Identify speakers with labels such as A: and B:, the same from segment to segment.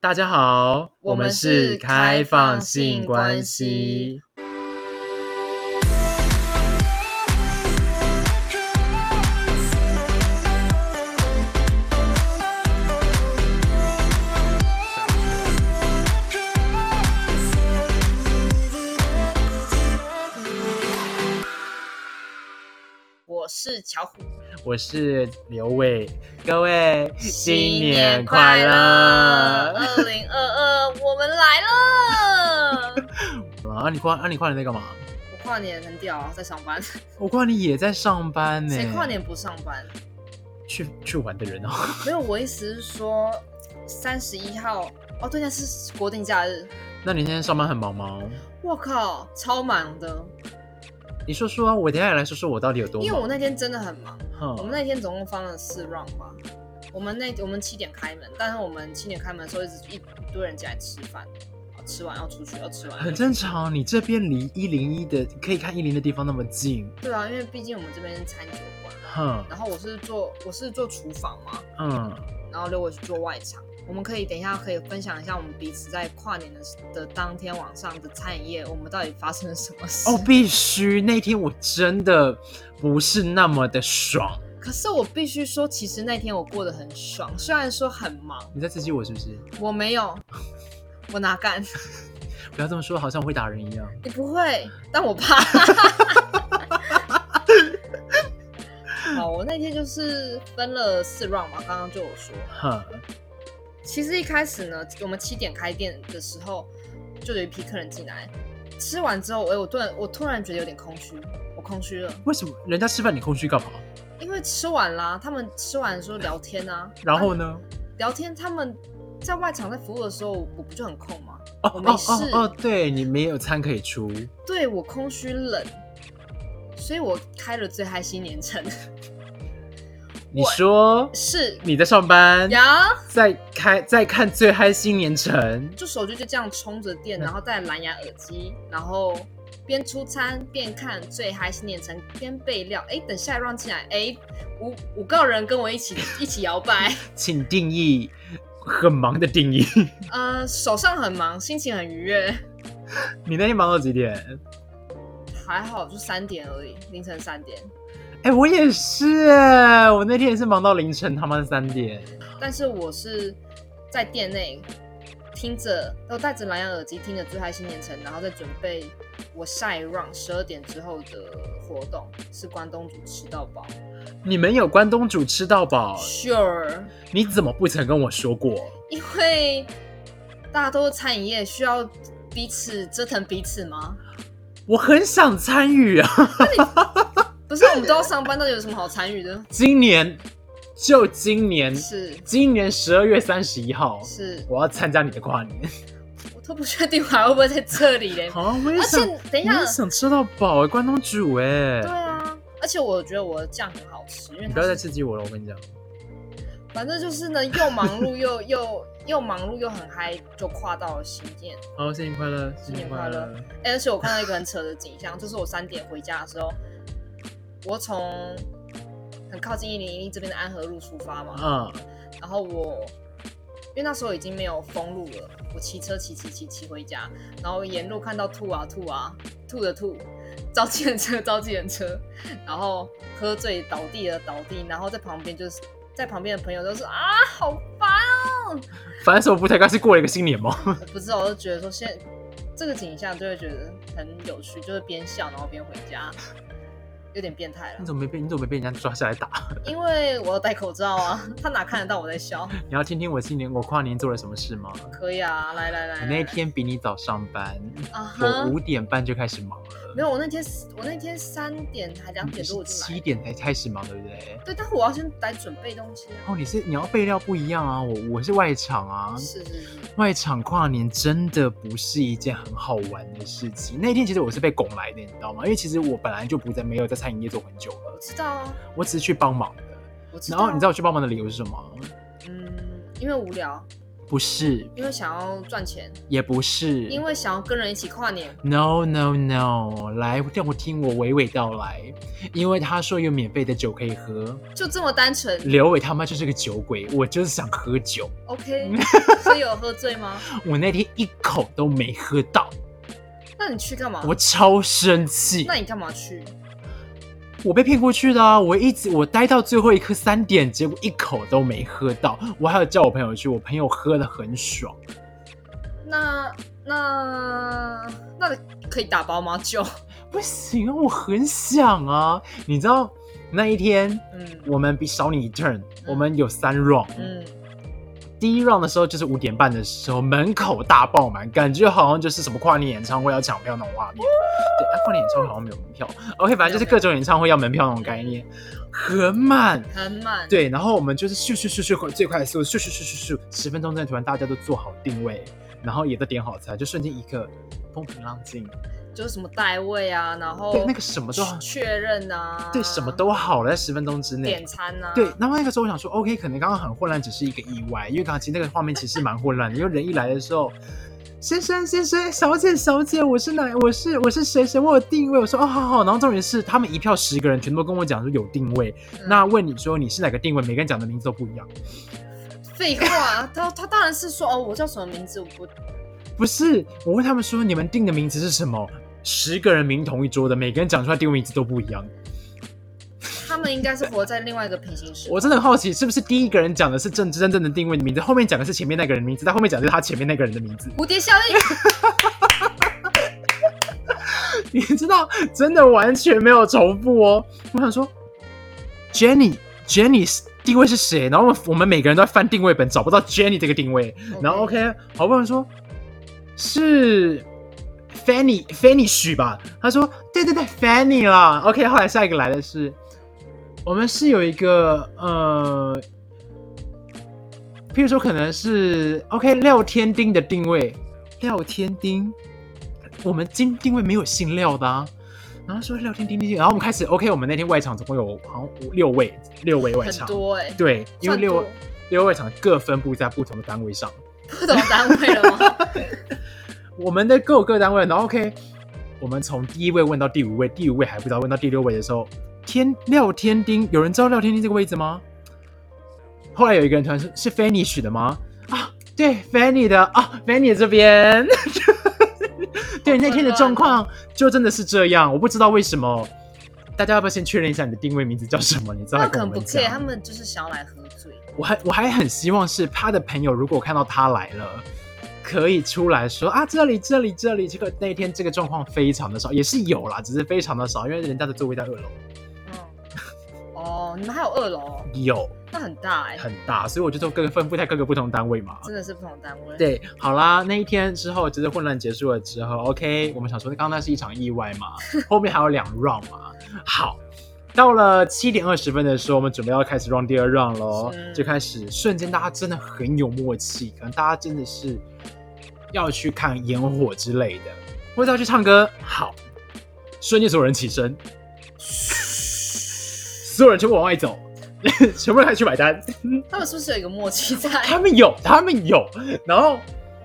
A: 大家好，
B: 我们是开放性关系。我是巧虎，
A: 我是刘伟，各位新年
B: 快
A: 快乐！
B: 二零二二，我们来了。
A: 啊，你跨啊你跨年在干嘛？
B: 我跨年很屌啊，在上 班。
A: 我跨年也在上班呢、
B: 谁跨年不上班？
A: 去去玩的人哦、
B: 没有，我意思是说，三十一号哦，对，那是国定假日。
A: 那你现在上班很忙吗？
B: 我靠，超忙的，
A: 你说说啊，我等一下也来说说我到底有多忙。
B: 因为我那天真的很忙。
A: 哼
B: 我们那天总共放了四 round 吧。我们那我们七点开门，但是我们七点开门的时候，一直一一堆人进来吃饭，然后吃完要出去，要吃完。
A: 很正常，你这边离一零一的可以看一零的地方那么近，
B: 对啊，因为毕竟我们这边是餐酒馆，
A: 哼，
B: 然后我是做我是做厨房嘛，
A: 嗯，
B: 然后刘伟是做外场。我们可以等一下可以分享一下我们彼此在跨年的的当天晚上的餐饮业，我们到底发生了什么事。
A: 哦，必须那天我真的不是那么的爽。
B: 可是我必须说，其实那天我过得很爽，虽然说很忙，
A: 你在刺激我是不是？
B: 我没有，我哪敢？
A: 不要这么说，好像我会打人一样。
B: 你不会，但我怕。 好，我那天就是分了四 round 嘛，刚刚就有说。
A: 哼，
B: 其实一开始呢，我们七点开店的时候，就有一批客人进来，吃完之后，哎，我突然我突然觉得有点空虚，我空虚了，
A: 为什么人家吃饭你空虚干嘛？
B: 因为吃完啦，他们吃完的时候聊天啊，
A: 然后呢？
B: 聊天，他们在外场在服务的时候，我不就很空吗？
A: 哦
B: 啊我
A: 哦
B: 没
A: 哦
B: 事
A: 哦，对你没有餐可以出，
B: 对我空虚冷，所以我开了最嗨新年城，
A: 你说
B: 是
A: 你在上班，
B: 呀。
A: 在开在看最嗨新年城，
B: 就手机就这样充着电，
A: 嗯
B: 然后戴蓝牙耳机，然后边出餐边看最嗨新年城，边备料。哎，等下一 round 进来，哎，五五个人跟我一起一起摇摆。
A: 请定义很忙的定义。
B: 呃，手上很忙，心情很愉悦，
A: 你那天忙到几点？
B: 还好就三点而已，凌晨三点。
A: 哎、我也是哎，我那天也是忙到凌晨他妈三点。
B: 但是我是在店内听着，都戴着蓝牙耳机听着最嗨新年城，然后再准备我下一 round 十二点之后的活动是关东煮吃到饱。
A: 你们有关东煮吃到饱，
B: Sure。
A: 你怎么不曾跟我说过？
B: 因为大家都是餐饮业，需要彼此折腾彼此吗？
A: 我很想参与啊！
B: 不是，我们都要上班，到底有什么好参与的？
A: 今年就今年，
B: 是
A: 今年十二月三十一号，
B: 是，
A: 我要参加你的跨年。
B: 我都不确定我还会不会在这里 嘞。
A: 好，啊我也
B: 而
A: 想，
B: 且等一
A: 我也
B: 下，
A: 想吃到饱哎，关东煮哎
B: 对！啊，而且我觉得我的酱很好吃，因为
A: 你不
B: 它
A: 要再
B: 是
A: 刺激我了，我跟你讲，
B: 反正就是呢，又忙碌又 又又忙碌又很嗨，就跨到了新店。
A: 好，新年快乐，
B: 新年快乐！哎而且我看到一个很扯的景 象，就是我三点回家的时候，我从很靠近一零一这边的安和路出发嘛，
A: 啊、
B: 然后我因为那时候已经没有封路了，我骑车骑骑骑骑回家，然后沿路看到吐啊吐啊吐的吐，招计程车招计程车，然后喝醉倒地的倒地，然后在旁边就是在旁边的朋友都说啊好烦 哦，
A: 反正什么不太刚是过了一个新年嘛。
B: 我不知道，我就觉得说现在这个景象就会觉得很有趣，就是边笑然后边回家，有点变态
A: 你
B: 了，
A: 怎么没被你怎么没被人家抓下来打？
B: 因为我要戴口罩啊，他哪看得到我在笑？
A: 你要听听我今年我跨年做了什么事吗？
B: 可以啊，来来来，
A: 我那天比你早上班，
B: 啊哈。
A: 我五点半就开始忙了，
B: 没有，我那天我那天三点还两
A: 你
B: 点
A: 是
B: 多我就来
A: 七
B: 了。
A: 点才开始忙，对不对？
B: 对，但是我要先来准备东西啊。
A: 哦，你是你要备料不一样啊，我我是外场啊，
B: 是是是，
A: 外场跨年真的不是一件很好玩的事情。那天其实我是被拱来的，你知道吗？因为其实我本来就不在没有在餐饮业做很久
B: 我
A: 了，
B: 知道啊，
A: 我只是去帮忙的。
B: 我知道。
A: 然后你知道，我去帮忙的理由是什么吗？
B: 嗯，因为无聊，
A: 不是，
B: 因为想要赚钱，
A: 也不是，
B: 因为想要跟人一起跨年。
A: No no no，来让我听我娓娓道来，因为他说有免费的酒可以喝，
B: 就这么单纯。
A: 刘伟他妈就是个酒鬼，我就是想喝酒，
B: OK，所以 有喝醉吗？
A: 我那天一口都没喝到，
B: 那你去干嘛？
A: 我超生气
B: 那，你干嘛去？
A: 我被骗过去的啊，我一直我待到最后一刻三点，结果一口都没喝到，我还有叫我朋友去，我朋友喝的很爽，
B: 那那那可以打包吗？ 酒？
A: 不行啊，我很想啊，你知道那一天
B: 嗯
A: 我们比少你一 turn，我们有三 round，、
B: 嗯，
A: 第一 round 的时候就是五点半的时候，门口大爆满，感觉好像就是什么跨年演唱会要抢票那种画面。对，啊、跨年演唱会好像没有门 票。OK，反正就是各种演唱会要门票那种概念，很满。
B: 很满。，
A: 对，然后我们就是咻咻咻咻最快的速度，咻咻咻咻咻，十分钟之内突然大家都做好定位，然后也都点好菜，就瞬间一个风平浪静。
B: 就是什么代位啊，然后
A: 对，那个什么都好，
B: 确认啊，
A: 对什么都好了，在十分钟之内
B: 点。餐啊，
A: 对，然后那个时候我想说，OK，可能刚刚很混乱，只是一个意外，因为刚刚其实那个画面其实蛮混乱的，因为人一来的时候，先生先生，小姐小姐，我是哪？我是我是谁谁？我有定位。我说哦，好好。然后重点是他们一票十个人全都跟我讲说有定位，
B: 嗯
A: 那问你说你是哪个定位？每个人讲的名字都不一样，
B: 废话，他他当然是说哦，我叫什么名字，我不
A: 不是？我问他们说你们定的名字是什么？十个人名同一桌的，每个人讲出来定位名字都不一样。
B: 他们应该是活在另外一个平行时空。
A: 我真的很好奇，是不是第一个人讲的是正真正的定位名字，后面讲的是前面那个人的名字，但后面讲的是他前面那个人的名字？
B: 蝴蝶效应，
A: 你知道，真的完全没有重复哦。我想说，Jenny Jenny 是定位是谁？然后我们我们每个人都在翻定位本，找不到 Jenny 这个定位。然后 OK，好不容易说，是 Fanny Fanny 许吧？他说，对对对，Fanny 啦。OK，后来下一个来的是，我们是有一个呃。譬如说，可能是 OK 廖天丁的定位，廖天丁，我们今定位没有姓廖的啊。然后说廖天丁丁，然后我们开始 OK，我们那天外场总共有好像五六位，六位外
B: 很
A: 场，
B: 多哎、
A: 对，因为
B: 算多
A: 六六位场各分布在不同的单位上，
B: 不同单位了 吗？
A: 我们的各有各单位，然后 OK，我们从第一位问到第五位，第五位还不知道问到第六位的时候，天廖天丁，有人知道廖天丁这个位置吗？后来有一个人突然说：“是 Fanny 取的吗？”啊，对，Fanny 的啊，Fanny 这边。 对，那天的状况就真的是这样，我不知道为什么。大家要不要先确认一下你的定位名字叫什么？你知道
B: 他
A: 还
B: 们可
A: 跟我
B: 能不
A: 们
B: care，
A: 讲
B: 他。们就是想要来喝醉。
A: 我还我还很希望是他的朋友，如果看到他来了，可以出来说啊，这里这里这里，这个那一天这个状况非常的少，也是有啦，只是非常的少，因为人家的座位在二楼，
B: 嗯，哦，你们还有二楼，
A: 有
B: 那很大哎、
A: 很大，所以我就说各个分布在各个不同单位嘛。
B: 真的是不同单位。，
A: 对，好啦，那一天之后，就是混乱结束了之后，OK，我们想说，刚刚那是一场意外嘛，后面还有两 round 嘛。好，到了七点二十分的时候，我们准备要开始 round 第二 round 喽，
B: 是
A: 就开始瞬间大家真的很有默契，可能大家真的是要去看烟火之类的，或者要去唱歌。好，瞬间所有人起身，所有人全部往外走， 全部人还去买单。
B: 他们是不是有一个默契 在？
A: 他们有，他们有。然后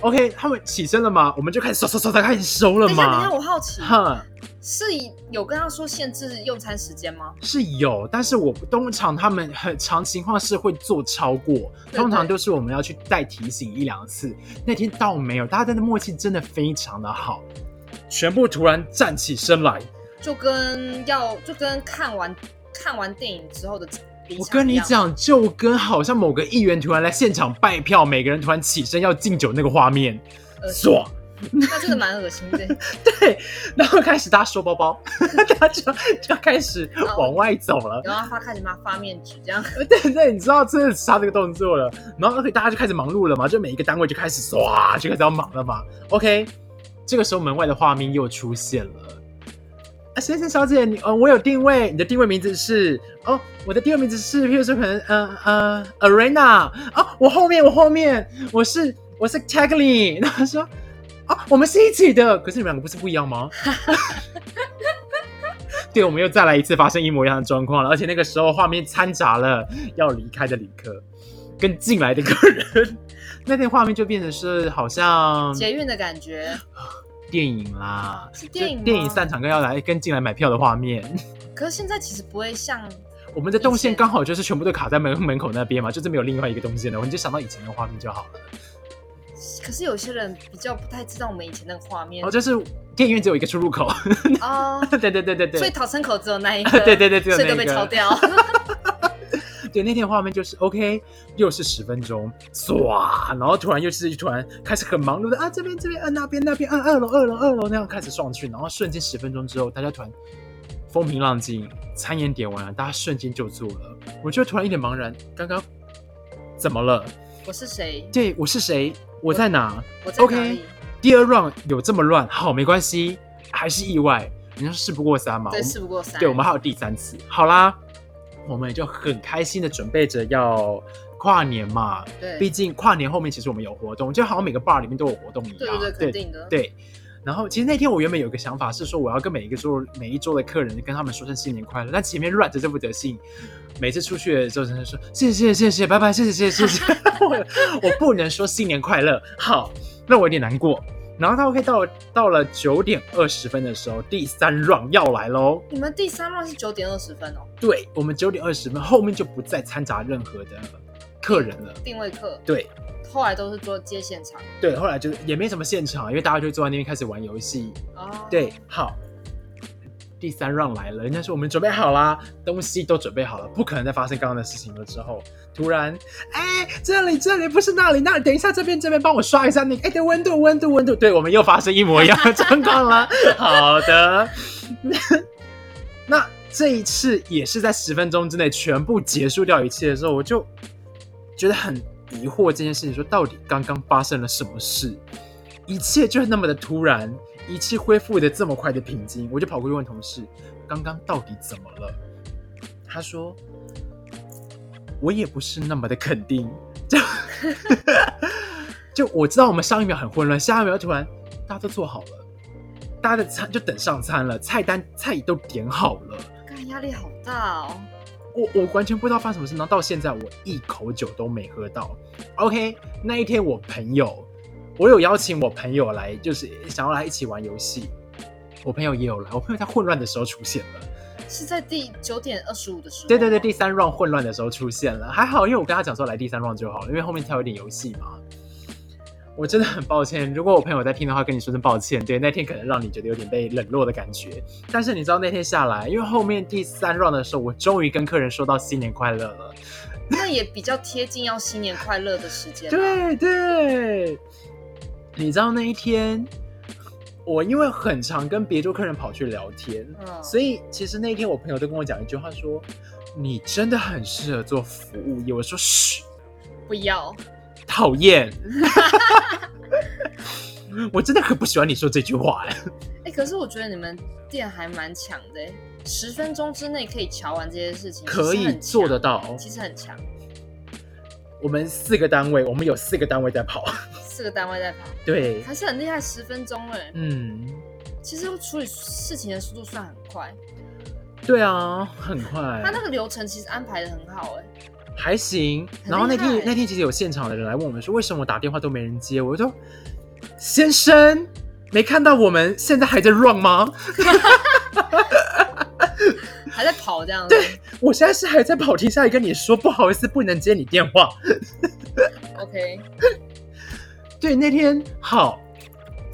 A: ，OK，他们起身了嘛，我们就开始收收收，他开始收了
B: 等一下，等一下，
A: 嘛。
B: 我好奇，
A: 哼，
B: 是以有跟他说限制用餐时间吗？
A: 是有，但是我通常他们很常情况是会做超过，
B: 对
A: 通常都是我们要去再提醒一两次。那天倒没有，大家真的默契真的非常的好，全部突然站起身来。
B: 就跟要就跟看完看完电影之后的离
A: 我
B: 场
A: 跟
B: 一
A: 你
B: 样，
A: 讲，就跟好像某个议员突然来现场拜票，每个人突然起身要敬酒那个画面，
B: 恶心
A: 爽。
B: 那真的蛮恶心的。
A: 然后开始大家收包 包，大家就就开始往外走了。
B: 然后发开始发发面纸这样，
A: 哦 对对，你知道这是他这个动作了。然后而且大家就开始忙碌了嘛，就每一个单位就开始唰就开始要忙了嘛。OK，这个时候门外的画面又出现了。啊，先生小姐，你呃，我有定位，你的定位名字是哦，我的定位名字是，譬如说可能呃呃，Arena 哦，我后面我后面我是我是 Tagli，然后 他说哦，我们是一起的，可是你们两个不是不一样吗？对，我们又再来一次发生一模一样的状况了，而且那个时候画面掺杂了要离开的旅客跟进来的客人，那天画面就变成是好像
B: 捷运的感觉
A: 电影啦，
B: 是
A: 就
B: 电影吗
A: 电影散场跟要来跟进来买票的画面。
B: 可是现在其实不会像
A: 我们的动
B: 以
A: 线
B: 前
A: 刚好就是全部都卡在门门口那边嘛，就是没有另外一个动线的，我们就想到以前的画面就好了。
B: 可是有些人比较不太知道我们以前那个画面
A: 然后就是电影院只有一个出入口，
B: 啊，
A: 对对对对
B: 所以
A: 对，
B: 逃生口只有那一个，
A: 对对对只有
B: 所以
A: 那
B: 都被
A: 一个
B: 抄 掉。
A: 对那天画面就是 OK，又是十分钟，唰，然后突然又是一团开始很忙碌的啊，这边这边，啊那边那边，啊二楼二楼二楼那样开始上去，然后瞬间十分钟之后，大家突然风平浪静，餐饮点完了，大家瞬间就坐了，我就突然一脸茫然，刚刚怎么了？
B: 我是谁？
A: 对我是谁？我在哪？
B: 我在哪
A: OK
B: 里？
A: 第二 round 有这么乱，好，没关系，还是意外，人家事不过三嘛。
B: 对，
A: 我们
B: 事不过三。
A: 对我们还有第三次，好啦，我们也就很开心的准备着要跨年嘛。
B: 对
A: 毕竟跨年后面其实我们有活动，就好像每个 bar 里面都有活动一样。
B: 对对对，肯定的。
A: 啊对。然后其实那天我原本有一个想法是说，我要跟每一个桌每一桌的客人跟他们说声新年快乐，但前面乱着这副德性，
B: 嗯
A: 每次出去的时候只能说谢谢谢谢拜拜谢谢谢谢谢谢， 我我不能说新年快乐，好，那我有点难过。然后他 OK 到了到了九点二十分的时候，第三 round 要来喽。
B: 你们第三 round 是九点二十分哦，
A: 对我们九点二十分后面就不再掺杂任何的客人了。
B: 定位课，
A: 对
B: 后来都是做接现场。
A: 对，后来就是也没什么现场，因为大家就坐在那边开始玩游戏，
B: 哦，
A: 对，好，第三 round 来了，人家说我们准备好啦，东西都准备好了，不可能再发生刚刚的事情了。之后突然，哎、这里这里不是那里那里，等一下这边这边帮我刷一下那个，哎、对，温度温度温度，对我们又发生一模一样的状况了。 好的，那这一次也是在十分钟之内全部结束掉一切的时候，我就觉得很疑惑这件事情，说到底刚刚发生了什么事？一切就是那么的突然，一切恢复的这么快的平静，我就跑过去问同事，刚刚到底怎么了？他说，我也不是那么的肯定，就 就我知道我们上一秒很混乱，下一秒突然大家都做好了，大家的餐就等上餐了，菜单菜都点好了。
B: 干压力好大哦。
A: 我我完全不知道发生什么事，然后到现在我一口酒都没喝到。OK，那一天我朋友，我有邀请我朋友来，就是想要来一起玩游戏，我朋友也有来，我朋友在混乱的时候出现了。
B: 是在第九点二十五的时候吗。
A: 对对对，第三 round 混乱的时候出现了，还好，因为我跟他讲说来第三 round 就好了，因为后面才有一点游戏嘛。我真的很抱歉，如果我朋友在听的话，跟你说声抱歉。对，那天可能让你觉得有点被冷落的感觉，但是你知道那天下来，因为后面第三 round 的时候，我终于跟客人说到新年快乐了。
B: 那也比较贴近要新年快乐的时间。，啊
A: 对对，你知道那一天，我因为很常跟别桌客人跑去聊天，
B: 嗯，
A: 所以其实那一天我朋友都跟我讲一句话说：“你真的很适合做服务业。”我说：“嘘，
B: 不要。
A: 讨 厌。”我真的很不喜欢你说这句话、哎
B: 哎、可是我觉得你们店还蛮强的、欸，十分钟之内可以瞧完这些事情，其
A: 可
B: 实
A: 以
B: 很强
A: 做得，到。
B: 其实很强。
A: 我们四个单位，我们有四个单位在跑。
B: 四个单位在跑，
A: 对，
B: 还是很厉害，十分钟哎、
A: 嗯，
B: 其实处理事情的速度算很快，
A: 对啊，很快。
B: 他那个流程其实安排的很好 哎、
A: 还行。
B: 很
A: 然后那
B: 厉害
A: 天那天其实有现场的人来问我们说，为什么我打电话都没人接？我就说先生，没看到我们现在还在 run 吗？
B: 还在跑这样子。
A: 我现在是还在跑题下来跟你说，不好意思，不能接你电话。
B: OK，
A: 对，那天好，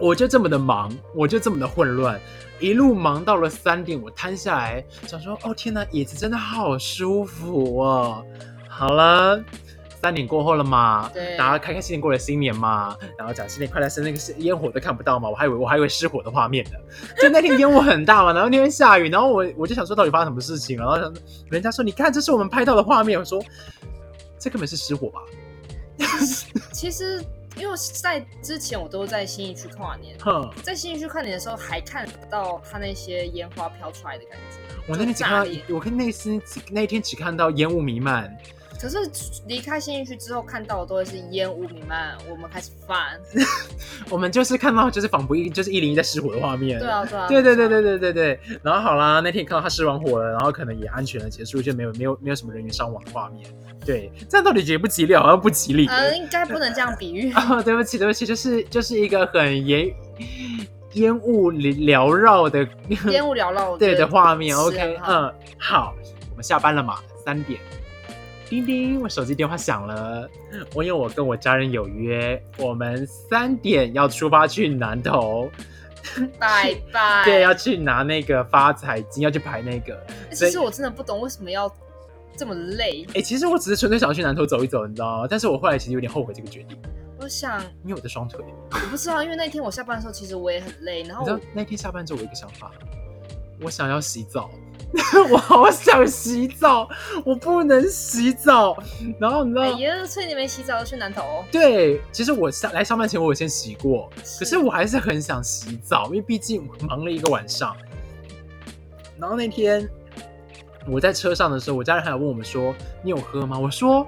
A: 我就这么的忙，我就这么的混乱，一路忙到了三点，我瘫下来想说，哦天哪，椅子真的好舒服哦。好了，三点过后了嘛，
B: 对
A: 大家开开心心过了新年嘛，然后讲新年快乐，是那个是烟火都看不到嘛，我还以为我还以为失火的画面呢。就那天烟火很大嘛，然后那天下雨，然后我我就想说到底发生什么事情了，然后想说人家说你看这是我们拍到的画面，我说这根本是失火吧，
B: 其实因为在之前我都在新义区跨年，
A: 哼。
B: 在新义区跨年的时候还看到他那些烟花飘出来的感觉，
A: 我那天只
B: 就
A: 看
B: 炸
A: 到
B: 裂，。
A: 我看那次只那一天只看到烟雾弥漫，
B: 可是离开新义区之后，看到的都会是烟雾弥漫，我们开始犯。
A: 我们就是看到就是仿佛一就是一零一在失火的画面。
B: 对啊，对啊，
A: 对对对对对对对。然后好啦，那天看到他失完火了，然后可能也安全的结束，就没有没有没有什么人员伤亡的画面。对，这样到底吉不吉利？好像不吉利。
B: 呃，应该不能这样比喻。
A: 啊、对不起，对不起，就是就是一个很烟烟雾缭绕的
B: 烟雾缭绕，
A: 对的画面。
B: 是
A: OK，
B: 很好
A: 嗯，好，我们下班了嘛，三点。叮叮，我手机电话响了。我因为我跟我家人有约，我们三点要出发去南投，
B: 拜拜。
A: 嗯
B: 哎
A: 对，啊要去拿那个发财金，要去排那个。
B: 其实我真的不懂为什么要这么累。
A: 哎、其实我只是纯粹想要去南投走一走，你知道吗？但是我后来其实有点后悔这个决定，
B: 我想，
A: 因为我的双腿。
B: 我不知道，因为那天我下班的时候，其实我也很累，然后
A: 你知道
B: 哦我
A: 那天下班之后，我有一个想法，我想要洗澡， 我好想洗澡，我不能洗澡。然后你知道，啊
B: 哎呀，所以你没洗澡就去南投哦。
A: 对，其实我上来上班前我有先洗过，可
B: 可
A: 是我还是很想洗澡，因为毕竟忙了一个晚上。然后那天我在车上的时候，我家人还有问我们说：“你有喝吗？”我说：“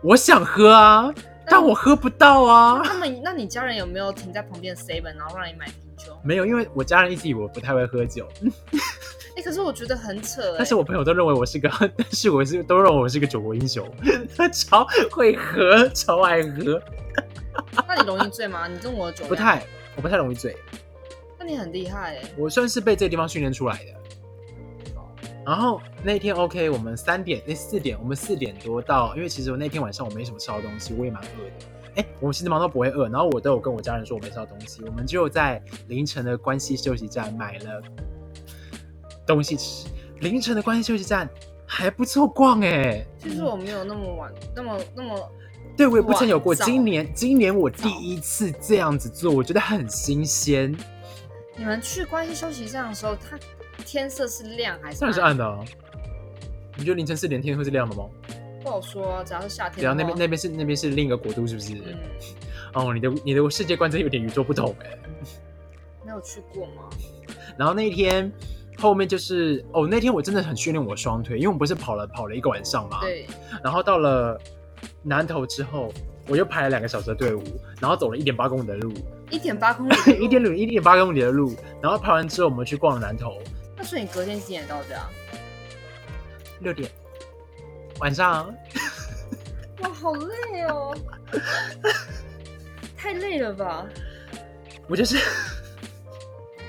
A: 我想喝啊，但我喝不到啊。
B: 他们，那你家人有没有停在旁边的 seven，然后让你买啤酒”？
A: 没有，因为我家人一直以为我不太会喝酒，
B: 哎、可是我觉得很扯、哎
A: 但是我朋友都认为我是个， 但是我是都认为我是个酒国英雄， 超会喝，超爱喝，
B: 那你容易醉吗？你跟我的酒量
A: 不，太，我不太容易醉，
B: 那你很厉害、哎。
A: 我算是被这个地方训练出来的。然后那天 OK，我们三点那四点，我们四点多到，因为其实我那天晚上我没什么吃到东西，我也蛮饿的。哎，我们其实忙到不会饿，然后我都有跟我家人说我没吃到东西，我们就在凌晨的关西休息站买了东西吃。凌晨的关西休息站还不错逛哎、
B: 其实我没有那么晚，那么那么
A: 对我也不曾有过。
B: 哇早
A: 今年今年我第一次这样子做，我觉得很新鲜。
B: 你们去关系休息站的时候，它天色是亮还是暗？
A: 当然是暗的啊。你觉得凌晨四点天会是亮的吗？
B: 不好说、啊，只要是夏天的
A: 然
B: 话。
A: 后那边那边是那边是另一个国度，是不是？
B: 嗯，
A: 哦，你的你的世界观真的有点与众不同哎。
B: 没有去过吗？
A: 然后那一天后面就是哦，那天我真的很训练我双腿，因为我们不是跑了跑了一个晚上嘛。。
B: 对，
A: 然后到了南头之后，我又排了两个小时的队伍，然后走了一点八公里的路，
B: 一点八公里的路，
A: 一点一点八公里的路，然后排完之后我们去逛了南头，
B: 那所以你隔天几点到家？
A: 六点晚上。
B: 哇，好累哦， 太累了吧？
A: 我就是，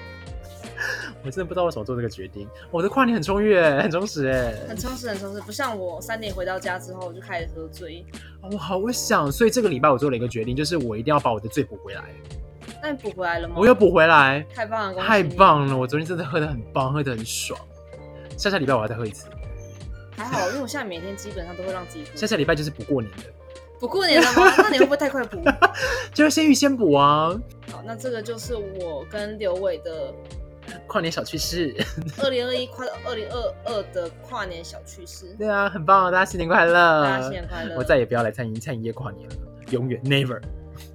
A: 我真的不知道为什么做这个决定。我的跨年很充裕哎，很充实哎，
B: 很充实，很充实，不像我三点回到家之后我就开始喝醉。
A: 啊我好我想，所以这个礼拜我做了一个决定，就是我一定要把我的罪补回来。
B: 那你补回来了吗？
A: 我又补回来，
B: 太棒了，恭喜
A: 太
B: 你！
A: 棒了！我昨天真的喝的很棒，喝的很爽。下下礼拜我要再喝一次，
B: 还好，因为我现在每天基本上都会让自己
A: 下
B: 补。
A: 下礼拜就是补过年的，
B: 补过年了吗？那你会不会太快补？
A: 就是先预先补啊。
B: 好，那这个就是我跟刘伟的
A: 跨年小趣事，
B: 二零二一跨到二零二二的跨年小趣事。
A: 对啊，很棒，大家新年快乐！
B: 大家新年快乐！
A: 我再也不要来餐饮餐饮业跨年了，永远 never。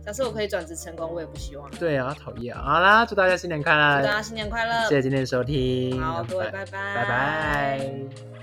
B: 假设我可以转职成功，我也不希望。祝
A: 对啊，讨厌啊！好啦，祝大家新年快乐！
B: 大家新年快乐！
A: 谢谢今天的收听，
B: 好，各位，拜拜，
A: 拜拜。